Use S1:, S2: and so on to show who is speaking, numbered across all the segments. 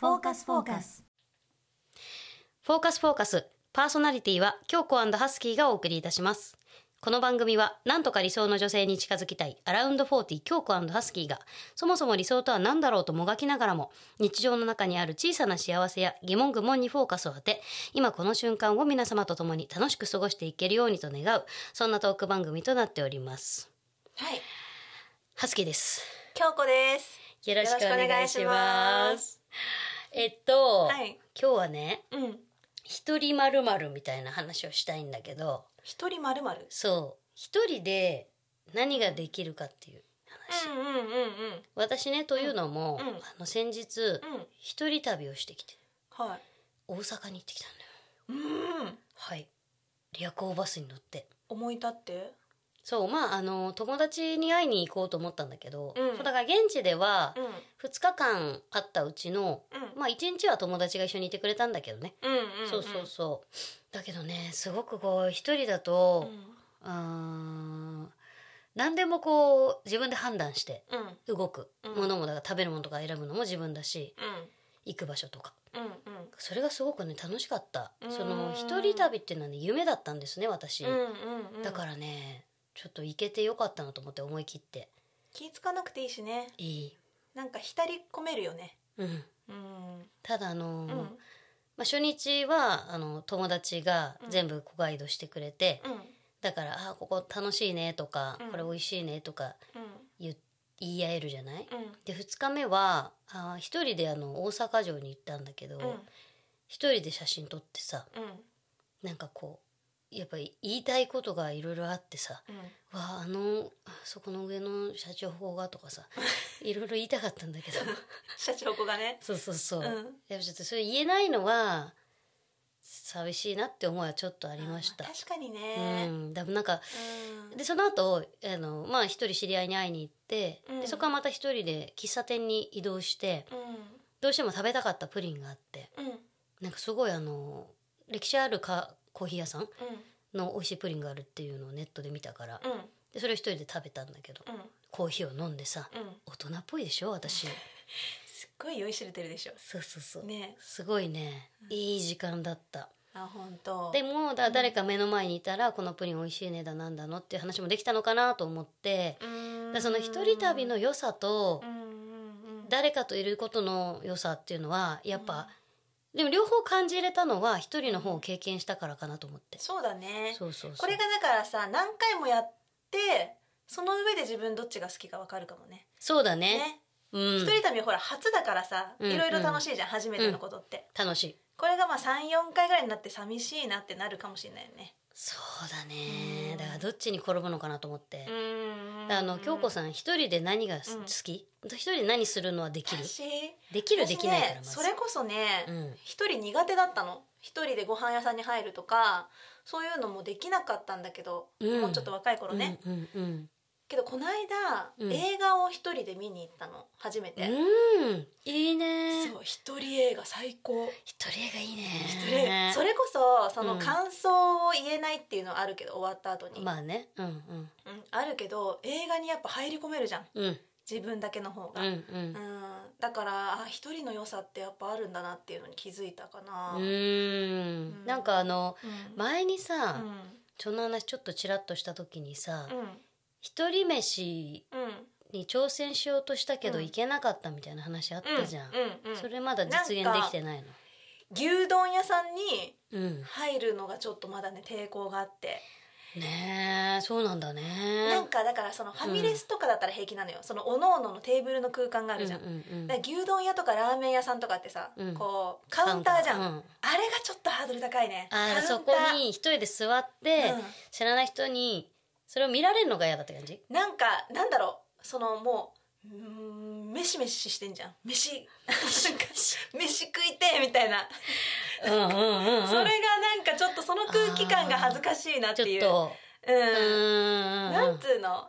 S1: スフォーカス
S2: フォーカスフォーカスパーソナリティは京子ハスキーがお送りいたしますこの番組はなんとか理想の女性に近づきたいアラウンド40京子ハスキーがそもそも理想とは何だろうともがきながらも日常の中にある小さな幸せや疑問愚問にフォーカスを当て今この瞬間を皆様と共に楽しく過ごしていけるようにと願うそんなトーク番組となっております
S1: はい
S2: ハスキーです
S1: 京子です
S2: よろしくお願いしますえっと、
S1: はい
S2: 今日はね
S1: うん
S2: 一人まるまるみたいな話をしたいんだけど
S1: 一人まるまる
S2: そう一人で何ができるかっていう話、
S1: うんうんうんうん
S2: 私ねというのも、
S1: うんうん
S2: あの先日
S1: うん
S2: 一人旅をしてきて
S1: はい
S2: 大阪に行ってきたんだよ
S1: うん
S2: はい夜行バスに乗って
S1: 思い立って
S2: そうまああの友達に会いに行こうと思ったんだけど、
S1: うん
S2: そうだから現地では
S1: うん
S2: 2日間会ったうちの
S1: うん
S2: まあ1日は友達が一緒にいてくれたんだけどね、
S1: うん
S2: そうそうそうだけどねすごくこう一人だと、
S1: ん
S2: うーん何でもこう自分で判断して
S1: うん
S2: 動く
S1: うん
S2: ものもだから食べるものとか選ぶのも自分だし
S1: うん
S2: 行く場所とか
S1: うん
S2: それがすごくね楽しかった
S1: うん
S2: その一人旅っていうのはね夢だったんですね私、
S1: うんうん
S2: だかららねちょっと行けてよかったなと思って思い切って
S1: 気付かなくていいしね
S2: いい、
S1: なんか浸り込めるよね
S2: うん、
S1: うん
S2: ただあの
S1: うん
S2: ー、
S1: う
S2: まあ、初日はあの友達が全部ガイドしてくれて、
S1: ん
S2: だから「あーここ楽しいね」とか、
S1: うん
S2: これ美味しいね」とか
S1: うん
S2: 言っ言い合えるじゃない
S1: うん
S2: で2日目はあー一人であの大阪城に行ったんだけど、
S1: うん
S2: 一人で写真撮ってさ
S1: うん
S2: なんかこうやっぱり言いたいことがいろいろあってさ
S1: うん
S2: 「わああのあそこの上の社長法が」と かさいろいろ言いたかったんだけど
S1: 社長子がね
S2: そうそうそうう、
S1: ん
S2: やっぱちょっとそれ言えないのは寂しいなって思いはちょっとありました
S1: あ。確かに
S2: う
S1: ね
S2: ん、だなんか
S1: うん
S2: でその後あのまあ一人知り合いに会いに行って、
S1: う
S2: で
S1: ん
S2: そこはまた一人で喫茶店に移動して、
S1: うん
S2: どうしても食べたかったプリンがあって
S1: うん
S2: なんかすごいあの歴史あるかコーヒー屋さん
S1: うん
S2: の美味しいプリンがあるっていうのをネットで見たから
S1: うん
S2: でそれを一人で食べたんだけど
S1: うん
S2: コーヒーを飲んでさ
S1: うん
S2: 大人っぽいでしょ私
S1: すっごい酔いしれてるでしょ
S2: そうそうそう、
S1: ね
S2: すごいねいい時間だった
S1: あ本当
S2: でもだ誰か目の前にいたらこのプリン美味しいねだなんだのっていう話もできたのかなと思ってだからその一人旅の良さと
S1: うんうんうん
S2: 誰かといることの良さっていうのはやっぱ、でも両方感じれたのは一人の方を経験したからかなと思って。
S1: そうだね
S2: そうそうそう
S1: これがだからさ何回もやってその上で自分どっちが好きかわかるかもね
S2: そうだね。
S1: ね
S2: うん。
S1: 一人旅ほら初だからさ
S2: うん
S1: いろいろ楽しいじゃん初めてのことって
S2: 楽しい。
S1: これがまあ34回ぐらいになって寂しいなってなるかもしれないよね
S2: そうだ
S1: う
S2: ね。
S1: ん
S2: だからどっちに転ぶのかなと思って。
S1: ん
S2: あの京子
S1: ん
S2: さん一人で何がす
S1: うん
S2: 好き？一人で何するのはできる？
S1: 私
S2: できるで
S1: 私
S2: きないから
S1: ね
S2: まず。
S1: それこそね、
S2: うん。
S1: 一人苦手だったの一人でご飯屋さんに入るとかそういうのもできなかったんだけど、
S2: うん
S1: もうちょっと若い頃ね、
S2: うんうん
S1: けどこの間、
S2: うん
S1: 映画を一人で見に行ったの初め
S2: う
S1: て、
S2: ん。うん。いいね。
S1: そう一人映画最高
S2: 一人映画いいね。
S1: 一人映画それこそそうの
S2: ん
S1: 感想を言えないっていうのはあるけど終わった後に、
S2: まあね。うんうん
S1: うん、あるけど映画にやっぱ入り込めるじゃん
S2: うん
S1: 自分だけの方
S2: う
S1: が、
S2: んう
S1: う。
S2: ん
S1: んだからあ一人の良さってやっぱあるんだなっていうのに気づいたかな
S2: う
S1: うん
S2: ん。なんかあの
S1: うん
S2: 前
S1: う
S2: にさ、
S1: ん
S2: その話ちょっとちらっとした時にさ、
S1: うん
S2: 一人飯
S1: うん
S2: に挑戦しようとしたけど
S1: うん
S2: 行けなかったみたいな話あったじゃん、
S1: うんうんうん
S2: それまだ実現できてないの
S1: 牛丼屋さんに
S2: うん
S1: 入るのがちょっとまだね抵抗があって、
S2: ねえそうなんだね
S1: なんかだからそのファミレスとかだったら平気なのよ、そのおのおののテーブルの空間があるじゃん、
S2: うんうんうん
S1: だから牛丼屋とかラーメン屋さんとかってさ、
S2: うん
S1: こうカウンターじゃん、
S2: うん
S1: あれがちょっとハードル高いね
S2: あ
S1: カウ
S2: ー
S1: ンター
S2: そこに一人で座って、
S1: うん
S2: 知らない人にそれを見られるのが嫌だって感じ
S1: なんかなんだろうそのもううーんメシメシしてんじゃん飯なんか飯食いてえみたいな、
S2: うんうんうん、うん、
S1: それがなんかちょっとその空気感が恥ずかしいなって
S2: ち
S1: いう
S2: ょっ
S1: う
S2: と
S1: ん
S2: うーん
S1: なんつうの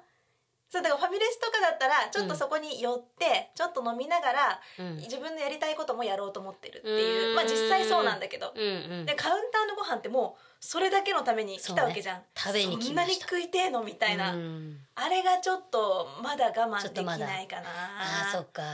S1: そうだからファミレスとかだったらちょっとそこに寄って、ちょっと飲みながら
S2: うん
S1: 自分のやりたいこともやろうと思ってるっていう
S2: うーん
S1: まあ実際そうなんだけど、
S2: うんうん
S1: でカウンターのご飯ってもうそれだけのために来たわけじゃん、
S2: そうね食べに来ました
S1: そんなに食いてえのみたいな、
S2: うん
S1: あれがちょっとまだ我慢
S2: ち
S1: で
S2: ょっ
S1: き
S2: とまだ
S1: ないかな
S2: あーそっかだか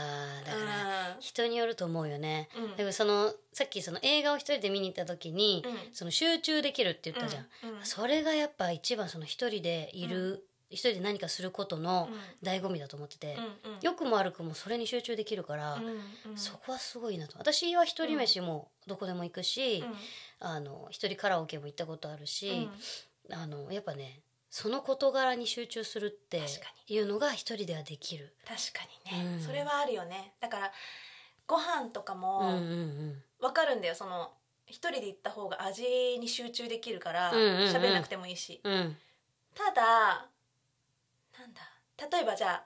S2: ら人によると思うよね、
S1: うん
S2: でもそのさっきその映画を一人で見に行った時に、
S1: うん
S2: その集中できるって言ったじゃん、
S1: うんうん
S2: それがやっぱ一番その一人でいる、一人で何かすることの醍醐味だと思ってて、
S1: うんうん
S2: 良くも悪くもそれに集中できるから、
S1: うんうん
S2: そこはすごいなと私は一人飯もどこでも行くし、あの一人カラオケも行ったことある
S1: うん
S2: し、あのやっぱねその事柄に集中するって
S1: 確か
S2: いうのが一人ではできる。
S1: 確かにね、
S2: うん
S1: それはあるよねだからご飯とか
S2: うんうん
S1: もわかるんだよその一人で行った方が味に集中できるから
S2: うんうんうん
S1: 喋んなくてもいいし、
S2: うんうん
S1: ただなんだ例えばじゃあ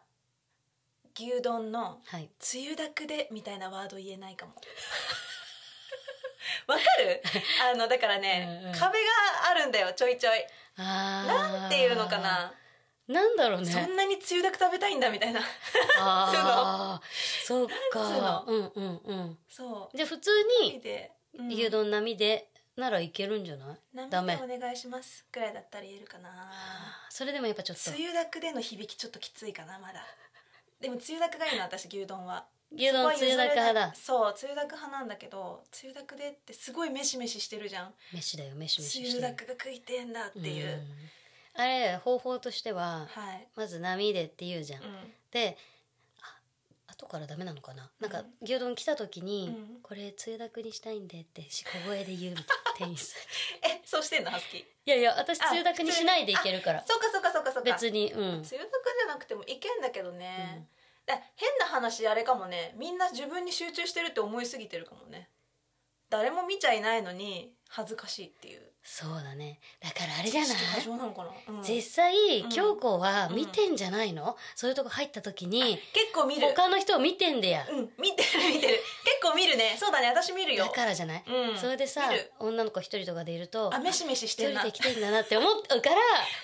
S1: 牛丼の
S2: はい
S1: 「つゆだくで」みたいなワード言えない かも。わかるあのだからね
S2: うんうん
S1: 壁があるんだよちょいちょい
S2: な
S1: なんていうのかな
S2: なんだろう
S1: そ
S2: ね
S1: んなにつゆだく食べたいんだみたいな
S2: あーそう
S1: な
S2: か
S1: んつ
S2: うんうんうん
S1: そ
S2: じゃあ普通
S1: う
S2: に
S1: で、うん
S2: 牛丼並みでならいけるんじゃないダ
S1: 波
S2: メ
S1: でお願いしますくらいだったら言えるかな
S2: それでもやっぱちょっと
S1: つゆだくでの響きちょっときついかなまだでもつゆだくがいいの私牛丼は
S2: 牛丼つゆだく派だ
S1: そこは譲れないそうつゆだく派なんだけどつゆだくでってすごいメシメシしてるじゃん
S2: 飯だよ飯
S1: つ
S2: 飯
S1: ゆだくが食いてんだっていう、
S2: んあれ方法としては
S1: はい、
S2: まず並でって言うじゃん
S1: う
S2: であ後からダメなのかななんか牛丼来た時に
S1: うん
S2: これつゆだくにしたいんでって小声で言うみたいな店員さん
S1: ん、えそうしてんのハスキー
S2: いやいや私つゆだくにしないでいけるから
S1: そうかそうかそうかそうか
S2: 別にうん
S1: つゆだくじゃなくてもいけんだけどね、だ変な話あれかもねみんな自分に集中してるって思いすぎてるかもね誰も見ちゃいないのに恥ずかしいっていう
S2: そうだねだからあれじゃない
S1: 過剰なのかな、うん
S2: 実
S1: 結
S2: 際、
S1: うん
S2: 京子は見てんじゃないの、そういうとこ入った時に
S1: 構見る
S2: 他の人を見てんでや
S1: うん見てる見てる結構見るねそうだね私見るよ
S2: だからじゃない、
S1: うん
S2: それでさ
S1: 見る
S2: 女の子一人とかでいると
S1: あメシメシし
S2: 一
S1: てる
S2: 人
S1: な
S2: で来てんだなって思う から、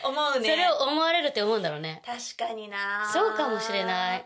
S1: 思う
S2: そ
S1: ね
S2: れを思われるって思うんだろうね
S1: 確かにな
S2: そうかもしれない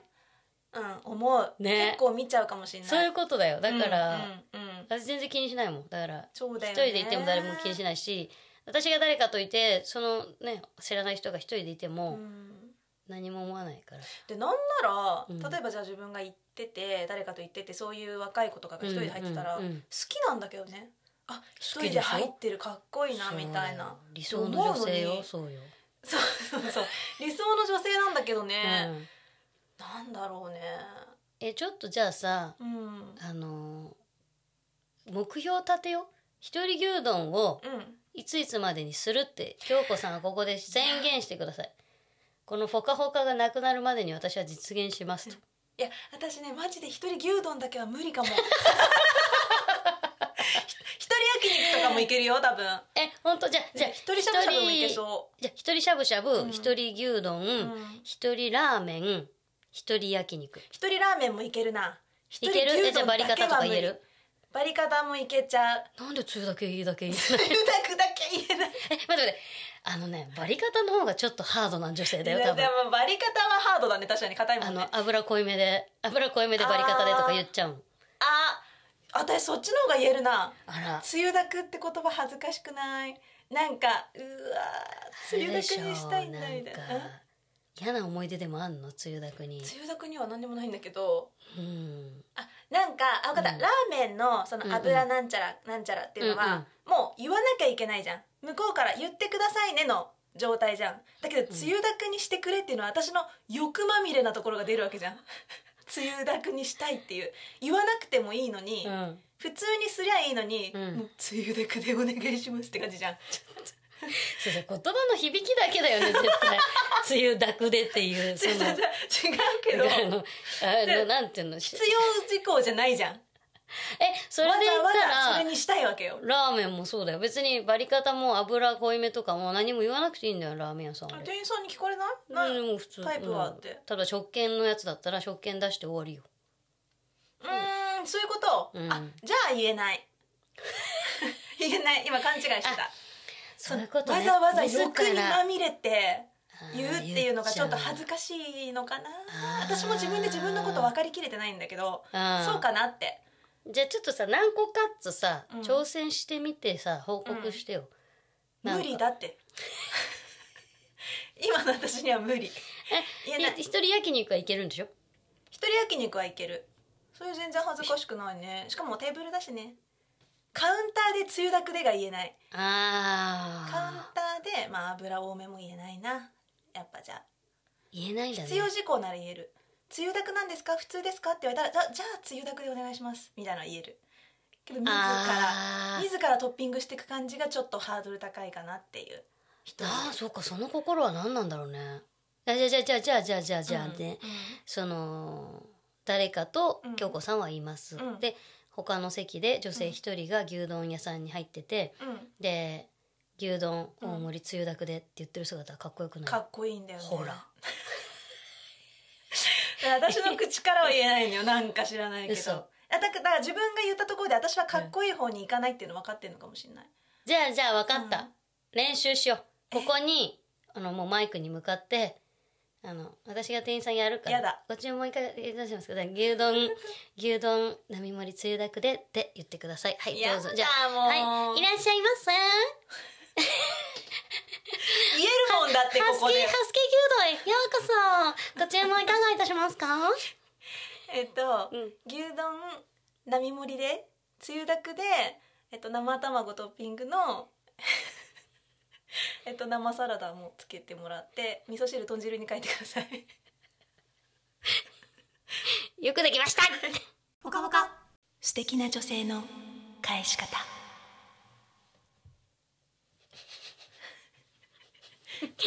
S1: うん思う、
S2: ね
S1: 結構見ちゃうかもしれない
S2: そういうことだよだから、
S1: うんうんうん
S2: 私全然気にしないもんだから
S1: そうだ
S2: 一
S1: よね
S2: 人でいても誰も気にしないし私が誰かといてそのね知らない人が一人でいて
S1: う
S2: も
S1: ん
S2: 何も思わないから、
S1: でなんな
S2: うん
S1: ら例えばじゃあ自分が行ってて誰かと行っててそういう若い子とかが一人で入ってたら
S2: うん
S1: 好
S2: うんうん
S1: きなんだけどねあ一
S2: 好
S1: 人
S2: きでしょ
S1: で入ってるかっこいいな
S2: そうだ
S1: み
S2: よ
S1: たいな
S2: 理想の女性
S1: 思
S2: よ
S1: うのに
S2: そうよ、
S1: そうそうそう理想の女性なんだけど
S2: う
S1: ね
S2: ん
S1: なんだろうね
S2: えちょっとじゃあさ
S1: うんうん
S2: あのー目標立てよ一人牛丼をいついつまでにするって京子さんがここで宣言してくださいこの「フォカフォカ」がなくなるまでに私は実現しますと
S1: いや私ねマジで一人牛丼だけは無理か もひ一人焼肉とかもいけるよ多分
S2: え本当じゃあじゃあ
S1: ね一人しゃぶしゃぶもいけそ
S2: じゃあ一人しゃぶしゃ
S1: う
S2: ぶ
S1: ん
S2: 一人牛
S1: う、
S2: 丼
S1: うん
S2: 一人ラーメン一人焼肉
S1: 一人ラーメンもいけるない
S2: けるえじゃあバリカタとか言える
S1: バリカタもいけちゃう
S2: なんでつゆだけいいだけいい
S1: うだくだけ言えない
S2: え待って待ってあのねバリカタの方がちょっとハードな女性だよ
S1: い
S2: 多
S1: やで
S2: 分
S1: もバリカタはハードだね確かに硬いも
S2: あ
S1: んね
S2: の油濃いめで油濃いめでバリカタでとか言っちゃうの
S1: ああ私そっちの方が言えるな
S2: あら
S1: つゆだくって言葉恥ずかしくないなんかうわーつゆだくにしたいんだみたい
S2: あれでしょん
S1: な
S2: か嫌な思い出でもあんのつゆだくに
S1: つゆだくには何でもないんだけど
S2: うん
S1: あなんかあ分かった、
S2: うん
S1: ラーメンのその油なんちゃらなんちゃらっていうのは、もう言わなきゃいけないじゃん向こうから言ってくださいねの状態じゃんだけどつゆだくにしてくれっていうのは私の欲まみれなところが出るわけじゃん つゆだくにしたいっていう言わなくてもいいのに、
S2: うん
S1: 普通にすりゃいいのに、
S2: うん
S1: もうつゆだくでお願いしますって感じじゃん
S2: そうそう言葉の響きだけだよね絶 対つゆだくでっていうそ
S1: 違
S2: の
S1: うけど
S2: だからあのあの
S1: で
S2: なんていうのし
S1: 必要事項じゃないじゃんわ
S2: えそ
S1: ざ
S2: れで言っ
S1: わざ
S2: た
S1: それ
S2: ら
S1: にしたいわけよ
S2: ラーメンもそうだよ別にバリカタも油濃いめとかも何も言わなくていいんだよラーメン屋さんは
S1: 店員さんに聞こえないな
S2: うんもう普通
S1: タイプはって
S2: うんただ食券のやつだったら食券出して終わりよ
S1: うーんそういうこと、
S2: うん
S1: あじゃあ言えない 言えない今勘違いしてた
S2: そういうことね
S1: わざわざ
S2: 自ら
S1: 欲にまみれて言うっていうのがちょっと恥ずかしいのかな
S2: あー
S1: 私も自分で自分のこと分かりきれてないんだけど
S2: あー
S1: そうかなって
S2: じゃあちょっとさ何個かっつさ、
S1: うん
S2: 挑戦してみてさ報告してよ、なん
S1: 無
S2: か
S1: 理だって 今の私には無理いや
S2: い
S1: な
S2: や一人焼肉はいけるんでしょ
S1: 一人焼肉はいけるそれ全然恥ずかしくないねしかもテーブルだしねカウンターでつゆだくでが言えないカウン
S2: ああ
S1: ターでまあ油多めも言えないなやっぱじゃあ
S2: 言えないんだね
S1: 必要事項なら言える「つゆだくなんですか普通ですか?」って言われたら「じゃじゃあつゆだくでお願いします」みたいなのは言えるけど自ら
S2: あー
S1: 自らトッピングしていく感じがちょっとハードル高いかなっていう人
S2: あーそうかその心は何なんだろうねあじゃあじゃあじゃあじゃあじゃあじゃあじゃあね、その誰かと
S1: うん
S2: 京子さんはいます、
S1: うん
S2: で他の席で女性一人が牛丼屋さんに入ってて、
S1: うんうん
S2: で牛丼大盛りつゆだくでって言ってる姿はかっこよくない、
S1: かっこいいんだよね
S2: ほら
S1: 私の口からは言えないの よなんか知らないけど
S2: 嘘
S1: あだからだから自分が言ったところで私はかっこいい方に行かないっていうの分かってるのかもしれない、
S2: じゃあじゃあ分かった、
S1: うん
S2: 練習しようここにあのもうマイクに向かってあの私が店員さんやるから
S1: やだ
S2: ご注文いかがいたしますかじゃあ牛丼 牛丼並盛りつゆだくでって言ってくださいはい
S1: や
S2: ど
S1: だ
S2: うぞじゃあ
S1: もう、
S2: はいいらっしゃいませ
S1: 言えるもんだって
S2: ハスキー
S1: ここ
S2: ハスキー
S1: で
S2: 牛丼へようこそご注文いかがいたしますか
S1: えっと、
S2: うん
S1: 牛丼並盛りでつゆだくで、えっと、生卵トッピングの えっと生サラダもつけてもらって味噌汁豚汁に変えてください
S2: よくできました
S1: ぽかぽか素敵な女性の返し方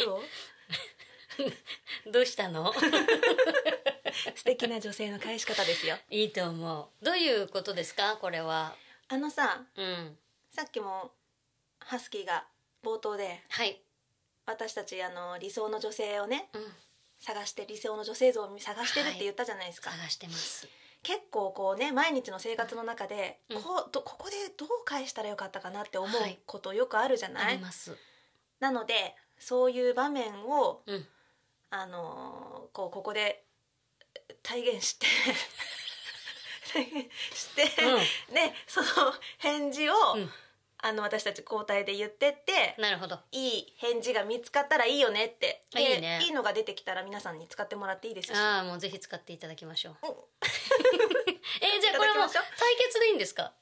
S1: どう
S2: どうしたの
S1: 素敵な女性の返し方ですよ
S2: いいと思うどういうことですかこれは
S1: あのさ
S2: うん
S1: さっきもハスキーが冒頭で
S2: はい、
S1: 私たちあの理想の女性をね
S2: うん、
S1: 探して理想の女性像を探してるって言ったじゃないですか、
S2: 探してます
S1: 結構こうね毎日の生活の中で、
S2: うん
S1: こうどここでどう返したらよかったかなって思う
S2: はい
S1: ことよくあるじゃな
S2: あ
S1: い、
S2: ります
S1: なのでそういう場面を
S2: うん
S1: あのーこうここで体現して 体現して、ねその返事を、
S2: うん
S1: あの私たち交代で言ってって、
S2: なるほど。
S1: いい返事が見つかったらいいよねって
S2: あ
S1: で
S2: いいね
S1: のが出てきたら皆さんに使ってもらっていいですし
S2: ああ、もうぜひ使っていただきましょう。
S1: う ん
S2: えじゃあこれも
S1: いただきましょう
S2: 対決でいいんですか。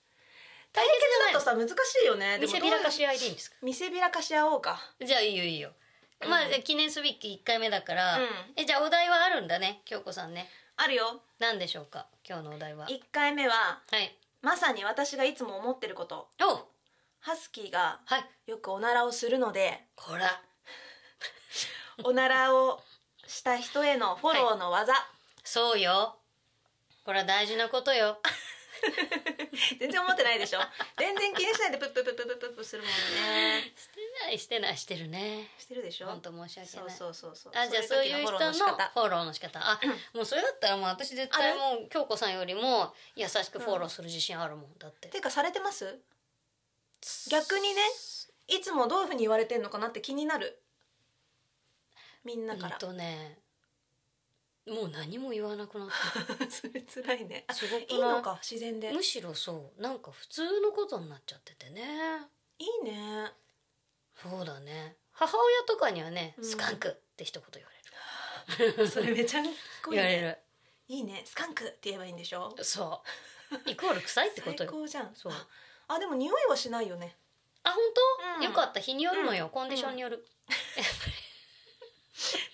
S2: 対決
S1: ちょっと
S2: じゃ
S1: さ難しいよね
S2: ないの。見せびらかし合いでいいんですか。
S1: 見せびらかし合おうか
S2: じゃあいいよいいよ。まあ、記念すべき一回目だから、
S1: うん
S2: えじゃあお題はあるんだね、京子さんね。
S1: あるよ
S2: 何でしょうか、今日のお題は。は。
S1: 1回目はいまさに私がいつも思ってること
S2: おう
S1: ハスキーが
S2: はい。
S1: よくおならをするので
S2: こら。
S1: おならをした人へのフォローの技、
S2: そうよ。これは大事なことよ。
S1: 全然思ってないでしょ全然気にしないでプップップップップップするもんね
S2: してないしてないしてるね。
S1: してるでしょ
S2: 本当申し訳
S1: そう
S2: ない。
S1: そうそうそう
S2: あじゃあそういう人の
S1: 時のフォローの仕方
S2: フォローの仕方あもうそれだったらもう私絶対
S1: あれ
S2: もう京子さんよりも優しくフォローする自信あるもんだって
S1: ていうかされてます逆にねいつもどういうふうに言われてんのかなって気になるみんな
S2: うん
S1: から、
S2: とねもう何も言わなくなっ
S1: それ辛いねあ
S2: たすごくない
S1: いいのか自然でい
S2: むしろそうなんか普通のことになっちゃっててね
S1: いね
S2: そうだね母親とかにはね「
S1: うん
S2: スカンク」って一言言われ る、
S1: それめちゃんこいい
S2: 言わ
S1: ね
S2: れる
S1: いいねスカンクって言えばいいんでしょ
S2: そうイコール臭いってこ
S1: 最
S2: とよ
S1: 高じゃん
S2: そう
S1: あでも匂いはしないよね
S2: あ本
S1: う
S2: 当、
S1: ん
S2: よかった日によるのよ、
S1: うん
S2: コンディションによる、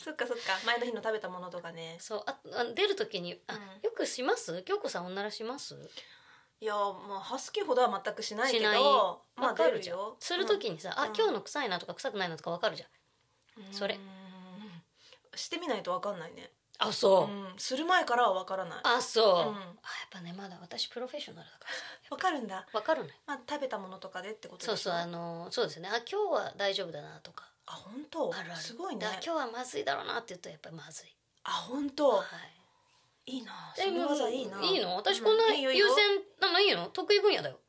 S1: そっかそっか前の日の食べたものとかね
S2: そうああ出る時に「あ、
S1: うん
S2: よくします京子さんおならします?」
S1: いやもうハスキーほどは全くしないけ
S2: しない
S1: どまあ
S2: わかる
S1: 出る
S2: じゃん
S1: よ
S2: する時にさ「
S1: うん
S2: あ今日の臭いな」とか「臭くないな」とかわかるじゃん
S1: うん
S2: それ
S1: うんしてみないとわかんないね
S2: あそううん
S1: する前からはわからない
S2: あそう、
S1: うん
S2: あやっぱねまだ私プロフェッショナルだからさ
S1: わかるんだ
S2: わかる のよ
S1: まあ食べたものとかでってこと
S2: そう
S1: でしょ
S2: そうあのそうですねあ今日は大丈夫だなとか
S1: あ本当
S2: あるある
S1: すごいね
S2: だから今日はまずいだろうなって言うとやっぱりまずい
S1: あ本当
S2: はい
S1: いいな
S2: え
S1: その技いいない
S2: いの私こんな
S1: う
S2: 優
S1: いいよ
S2: 先なのいいの得意分野だよ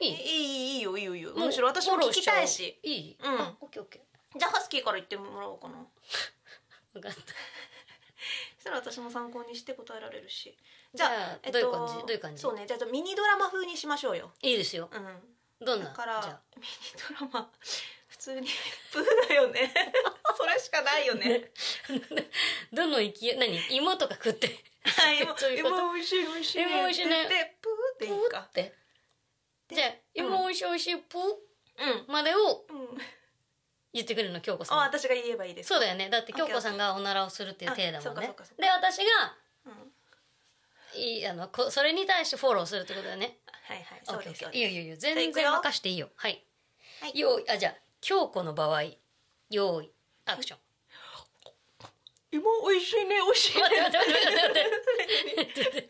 S2: い
S1: い
S2: い
S1: いいいいよいいよいいよ
S2: もう
S1: むしろ私も
S2: フォロー
S1: 聞
S2: し
S1: き
S2: ちゃおう
S1: たいし
S2: いい、
S1: うん
S2: あオッケーオッケー
S1: じゃあハスキーから言ってもらおうかな
S2: 分かった
S1: そしたら私も参考にして答えられるし
S2: じゃあどういう感じどういう感じ
S1: そうねじゃあじゃあミニドラマ風にしましょうよ
S2: いいですよ
S1: うん
S2: どんな
S1: だから
S2: じゃ
S1: ミニドラマ 普通にブーだよね それしかないよね
S2: あどの勢い何芋とか食って
S1: はい芋
S2: そういうこと
S1: 芋美味しい美味しい
S2: 芋美味しいね
S1: って言ってプーっていいか
S2: プーってじゃあ
S1: で
S2: 芋おいしいおいしいプ
S1: うん
S2: ーまでを
S1: うん
S2: 言ってくれるの京子さ
S1: あ
S2: んは
S1: 私が言えばいいです
S2: そうだよねだって
S1: オッケー
S2: 京子さんがおならをするっていう体だもん
S1: あそ
S2: ね
S1: うかそうかそうか
S2: で私が
S1: うんはい
S2: いいあのこそれに対してフォローするってことだよね
S1: はいそうですそ
S2: オッ
S1: う
S2: ケーオッケー
S1: で
S2: いや
S1: す
S2: いやいや
S1: じゃあ
S2: 全
S1: いく
S2: 然
S1: よ
S2: 任していいよはい、
S1: はい
S2: よいあじゃあ京子の場合用意アクション
S1: 芋美味しいね美味しいね
S2: 待って待って待って待って待って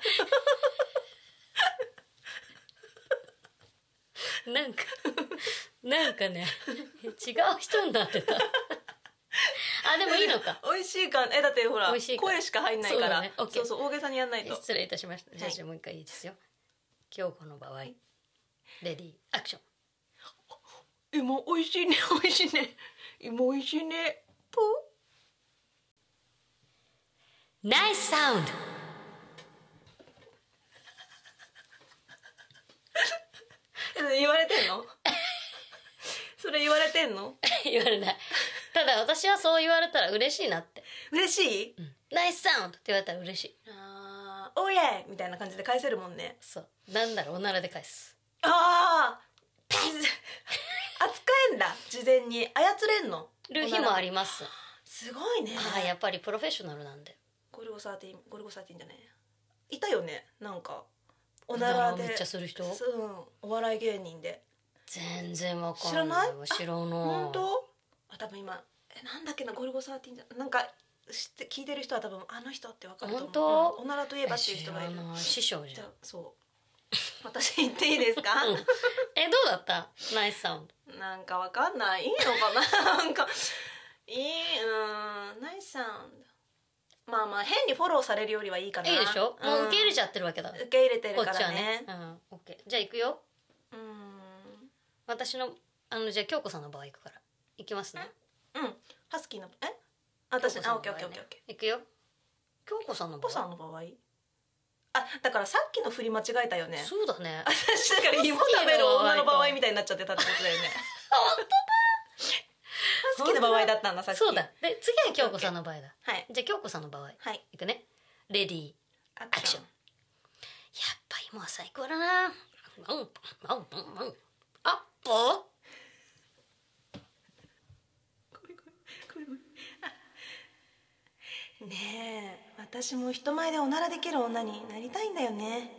S2: なんかなんかね違う人になってたあでもいいのか
S1: 美味しいかえだってほら
S2: 美味しいか
S1: 声しか入んないから
S2: そうだねオッケ
S1: そ
S2: ー
S1: うそう大げさにやんないと
S2: 失礼いたしましたじゃあ、
S1: はい
S2: じゃあもう一回いいですよ京子の場合レディーアクション
S1: 芋美味しいね美味しいね芋美味しいねプ
S2: ナイスサウンド
S1: ー え言われてん のそれ言われてんの
S2: 言われないただ私はそう言われたら嬉しいなって
S1: 嬉しい
S2: ナイスサウンドって言われたら嬉しい
S1: あーおいえみたいな感じで返せるもんね
S2: そうなんだろうおならで返す
S1: ああ 扱えんだ事前に操れんの
S2: る日もあります
S1: すごいね
S2: あーやっぱりプロフェッショナルなんで
S1: ゴルゴ13ゴルゴ13じゃないいたよねなんかお
S2: お
S1: ならで
S2: めっちゃする人
S1: そううんお笑い芸人で
S2: 全然わかん
S1: 知らない
S2: わ知らない
S1: 本当あ多分今えなんだっけなゴルゴ13じゃなんか知って聞いてる人は多分あの人ってわかると思う
S2: 本当
S1: うんおならといえばっていう人がいる
S2: 知らない師匠じ
S1: じ
S2: ゃ
S1: ゃ
S2: ん
S1: あそう 私言っていいですか
S2: うん えどうだったナイスサウンド
S1: なんかわかんないいいのかな なんかいいうーんナイスサウンドまあまあ変にフォローされるよりはいいかない
S2: いでしょもう受け入れ
S1: ち
S2: ちゃってるわけだ
S1: 受け入れてる
S2: こ
S1: か
S2: っちは
S1: ら
S2: ね
S1: ね
S2: うんオッケーじゃあ行くよ
S1: うーん
S2: 私のあのじゃあ京子さんの場合行くから行きますね
S1: うんハスキーのえ私
S2: 京子さ
S1: あ
S2: ん
S1: オッ
S2: の
S1: ケーオ
S2: 場合
S1: ッ
S2: ね
S1: ケーオッケーオッケー
S2: 行くよ京子さんの場
S1: ポ
S2: 合
S1: さんの場合あだからさっきの振り間違えたよ ね
S2: そうだね
S1: 私だから芋食べる女の場合みたいになっちゃってたってことだよ ね 本当だハスキーの場合だったんださっき
S2: そうだで次は京子さんの場合だ
S1: はい
S2: じゃあ京子さんの場合
S1: はい
S2: 行くねレディー
S1: アクション
S2: やっぱりもう最高だな。うん、うん、うん、うん。アップ。
S1: ねえ私も人前でおならできる女になりたいんだよね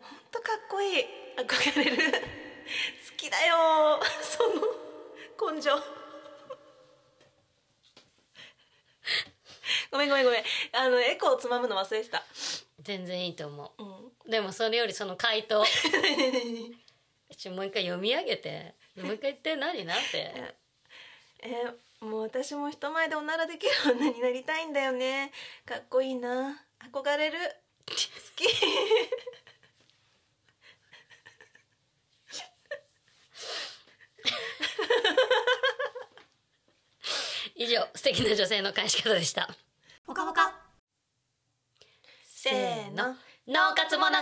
S1: ほんとかっこいい憧れる好きだよその根性ごめんごめんごめんあのエコーをつまむの忘れてた
S2: 全然いいと思
S1: うん
S2: う。でもそれよりその回答。ちょもう一回読み上げて。もう一回言って何なんて。
S1: えーもう私も人前でおならできる女になりたいんだよねかっこいいな憧れる好き
S2: 以上素敵な女性の返し方でした。
S1: ぽかぽかせーの
S2: 脳活物語。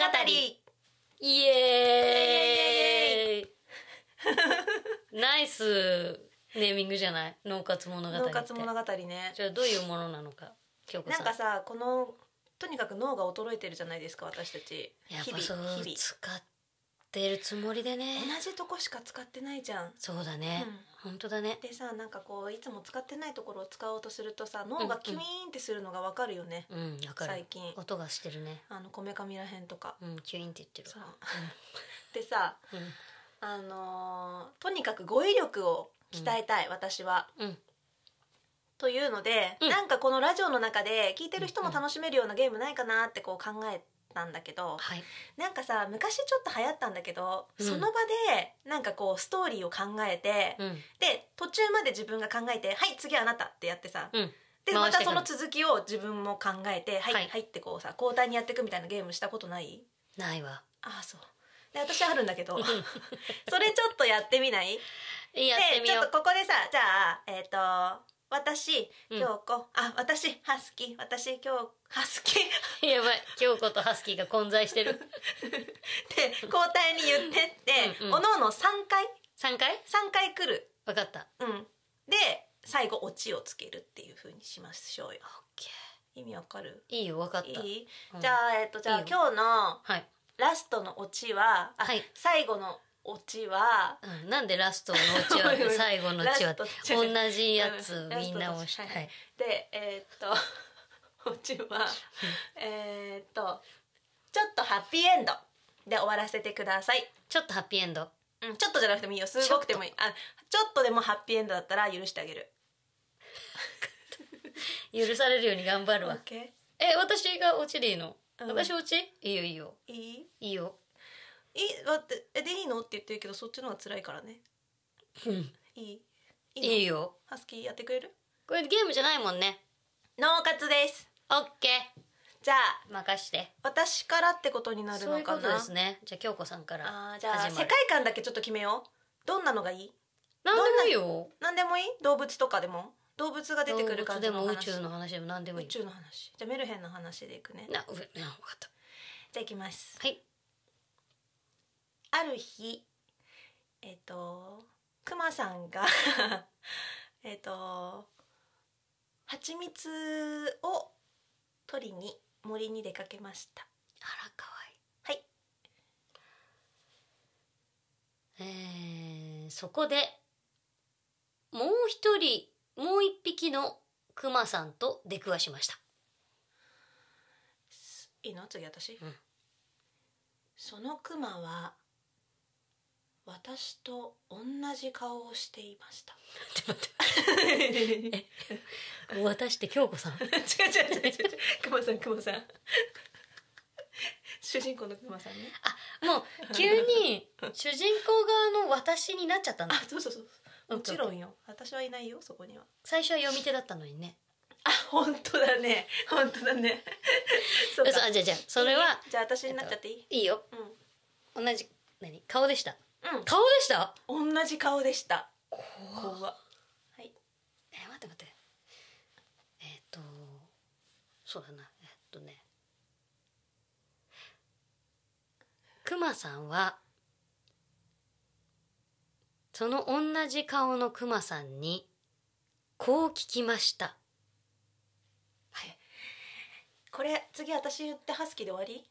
S2: イエーイ。ナイスネーミングじゃない。脳活物語って。
S1: 脳活物語ね
S2: じゃあどういうものなのか。京子
S1: な
S2: さ
S1: ん
S2: ん。
S1: かさこのとにかく脳が衰えてるじゃないですか私たち
S2: やっ
S1: 日
S2: ぱ
S1: 々日
S2: そう
S1: 々
S2: 使ってるつもりでね。
S1: 同じとこしか使ってないじゃん
S2: そうだね、本当だね
S1: でさなんかこういつも使ってないところを使おうとするとさ脳がキュイーンってするのがわかるよね、
S2: うんわかる
S1: 最近
S2: 音がしてるね
S1: あのこめかみらへんとか
S2: うんキュインって言って
S1: そ
S2: る
S1: うでさあのーとにかく語彙力を鍛えたい、私は。
S2: うん、うん、
S1: というので、
S2: うん
S1: なんかこのラジオの中で聞いてる人も楽しめるようなゲームないかなってこう考えたんだけど、
S2: はい
S1: なんかさ昔ちょっと流行ったんだけど、
S2: うん
S1: その場でなんかこうストーリーを考えて、
S2: うん
S1: で途中まで自分が考えて「はい次あなた」ってやってさ、
S2: うん
S1: でま
S2: 回して
S1: た
S2: く
S1: そ
S2: る
S1: の続きを自分も考えて「はい
S2: は
S1: はいい」ってこうさ交代にやっていくみたいなゲームしたことない
S2: ないわ
S1: ああそうで私はあるんだけ どそれちょっとやってみない
S2: やってみ
S1: でちょ
S2: よ
S1: っとここでさじゃあえっ、と私
S2: うん
S1: 京子、あ私ハスキー私京子ハスキー っ
S2: やばい京子とハスキーが混在してる
S1: て交代に言ってって
S2: うんうん
S1: おのおの3回
S2: 3回
S1: 3回来る、
S2: 分かった
S1: うん、で最後オチをつけるっていう風にしましょうよ意味わかる
S2: いいよ分かっ
S1: い
S2: た
S1: い、
S2: うん
S1: じゃあえっとじゃあ
S2: いいよ
S1: 今日の
S2: はい、
S1: ラストのオチは、あ
S2: はい
S1: 最後のオチは
S2: うん、なんでラストのオ チは最後のオチは
S1: ラストの
S2: 同じや
S1: う
S2: つ
S1: んラストの
S2: みんな押した
S1: はい
S2: い
S1: でえーっと オチ はえーっとちょっとハッピーエンドで終わらせてください、
S2: ちょっとハッピーエンド
S1: うん、ちょっとじゃなくてもいいよすごくてもいいあちょっとでもハッピーエンドだったら許してあげる
S2: 許されるように頑張るわ
S1: OK
S2: え私がオチでいいの、
S1: うん
S2: 私オチいいよいいよ
S1: いい
S2: いいよ
S1: いいだってえでいいのって言ってるけどそっちの方が辛いからね
S2: うん
S1: いいいの
S2: いいよ
S1: ハスキーやってくれる
S2: これゲームじゃないもんね
S1: ノーカツです
S2: オッケ
S1: じゃあ
S2: ー任して
S1: 私からってことになる
S2: そうい
S1: の
S2: うこ
S1: か
S2: とで
S1: な
S2: すねじゃあ京子さんから
S1: あー
S2: 始
S1: じゃあ
S2: まる
S1: 世界観だけちょっと決めようどんなのがいい
S2: なんでもいいよ
S1: 何でもいい動物とかでも動物が出てくる
S2: 動
S1: 感
S2: 物
S1: じ
S2: で
S1: の
S2: も
S1: 話
S2: 宇宙の話でも何でも
S1: 宇
S2: いいよ
S1: 宙の話じゃあメルヘンの話でいくね
S2: なうな分かった
S1: じゃあいきます
S2: はい
S1: ある日えっ、とクマさんが えっと蜂蜜を取りに森に出かけました
S2: あらかわいい
S1: はい
S2: えーそこでもう一人もう一匹のクマさんと出くわしました
S1: いいの次私、
S2: うん
S1: そのクマは私と同じ顔をしていました 違う違う違う違う
S2: 私って京子さん
S1: クマさんク マさん主人公のクマさんね
S2: もう急に主人公側の私になっちゃったの
S1: あそうそうそう
S2: オ
S1: も
S2: ッケー
S1: ちろんよ私はいないよそこには
S2: 最初は読み手だったのにね
S1: あ 本当だね本当だ ねそうか
S2: 嘘あじゃあじゃあそれは
S1: じゃあ私になっちゃっていい、
S2: いいよ同じ何顔でした
S1: う
S2: 顔でした
S1: ん、うん、同じ顔でした
S2: 怖
S1: 怖はい
S2: え待って待ってえっ、とそうだなえっ、とねクマさんはその同じ顔のクマさんにこう聞きました
S1: これ次私言ってハスキーで終わり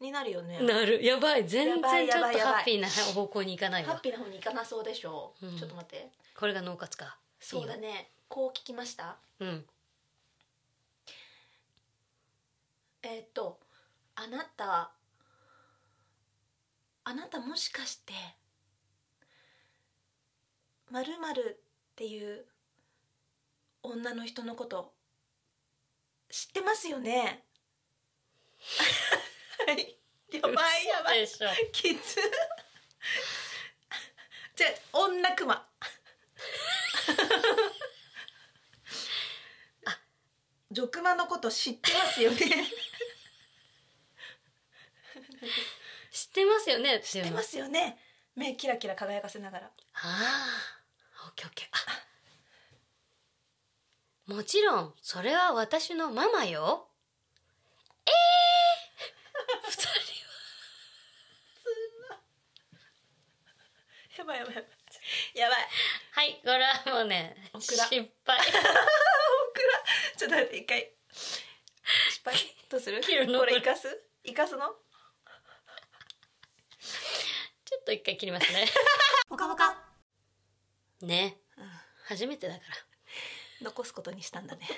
S1: になるよね
S2: なるやばい全
S1: やば
S2: 然
S1: い
S2: ちょ
S1: やば
S2: っと
S1: い
S2: ハッピーな方向に行かない
S1: ハッ
S2: わ
S1: ピーな方に行かなそうでしょう、
S2: うん
S1: ちょっと待って
S2: これが脳活か
S1: そうだねこう聞きました
S2: うん
S1: えーっとあなたあなたもしかしてまるまるっていう女の人のこと知ってますよね はいやばいやばい
S2: 嘘でしょ
S1: きつじゃあ女 クマジョクマのこと知ってます よね
S2: 知ってますよね知
S1: 知ってますよね目キラキラ輝かせながら
S2: ああ、オッケーオッケー。あもちろん、それは私のママよ。ええー、二人は
S1: やばいやばいやばいやばい
S2: はい、これはもうね、
S1: オク
S2: 失
S1: ラ
S2: 敗。
S1: ちょっと待って一回失敗どうする
S2: 切るの
S1: これ生かす生かすの
S2: ちょっと一回切りますね。
S1: ほかほか
S2: ね、
S1: うん
S2: 初めてだから。
S1: 残すことにしたんだね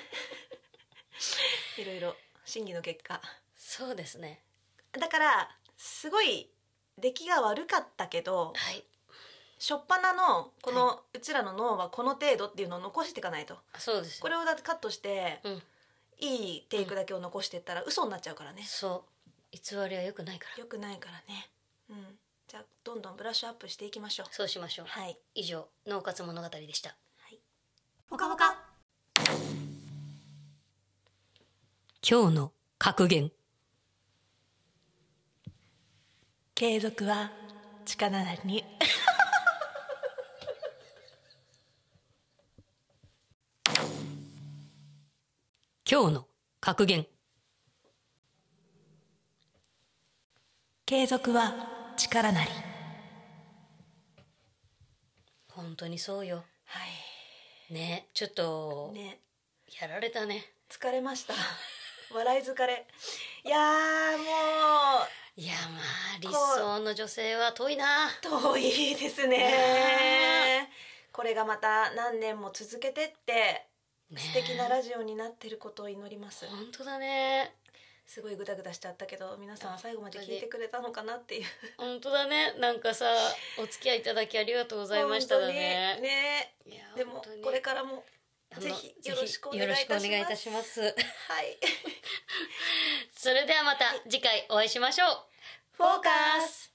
S1: いろいろ審議の結果
S2: そうですね。
S1: だからすごい出来が悪かったけど
S2: はい。
S1: 初っ端のこの、うちらの脳はこの程度っていうのを残していかないと
S2: そうです
S1: こ
S2: よ。
S1: れをだってカットして、
S2: うん
S1: いいテイクだけを残していったら嘘になっちゃうからね、
S2: そう。偽りは良くないから。
S1: よくないからねうんじゃあどんどんブラッシュアップしていきましょう
S2: そうしましょう。
S1: はい
S2: 以上、脳活物語でした。
S1: ほかほか
S2: 今日の格言。
S1: 継続は力なりに
S2: 今日の格言
S1: 継続は力なり
S2: 本当にそうよ
S1: は
S2: ねちょっと
S1: いね
S2: やられたね
S1: 疲れました笑い疲れいやーも
S2: いやまあ理想の女性は遠いな
S1: う遠いです
S2: ね
S1: ねこれがまた何年も続けてって
S2: ね
S1: 素敵なラジオになってることを祈ります
S2: 本当だね
S1: すごいグダグダしちゃったけど皆さんは最後まで聞いてくれたのかなっていう
S2: 本当だねなんかさお付き合いいただきありがとうございましただ
S1: 本
S2: ね
S1: 当にね
S2: いや
S1: でも
S2: 本当に
S1: これからも
S2: あの
S1: ぜひよろしくお願いいた
S2: よろ
S1: し
S2: しく
S1: ま
S2: お
S1: す
S2: 願いいたします
S1: はい
S2: それではまた次回お会いしましょう
S1: フォーカス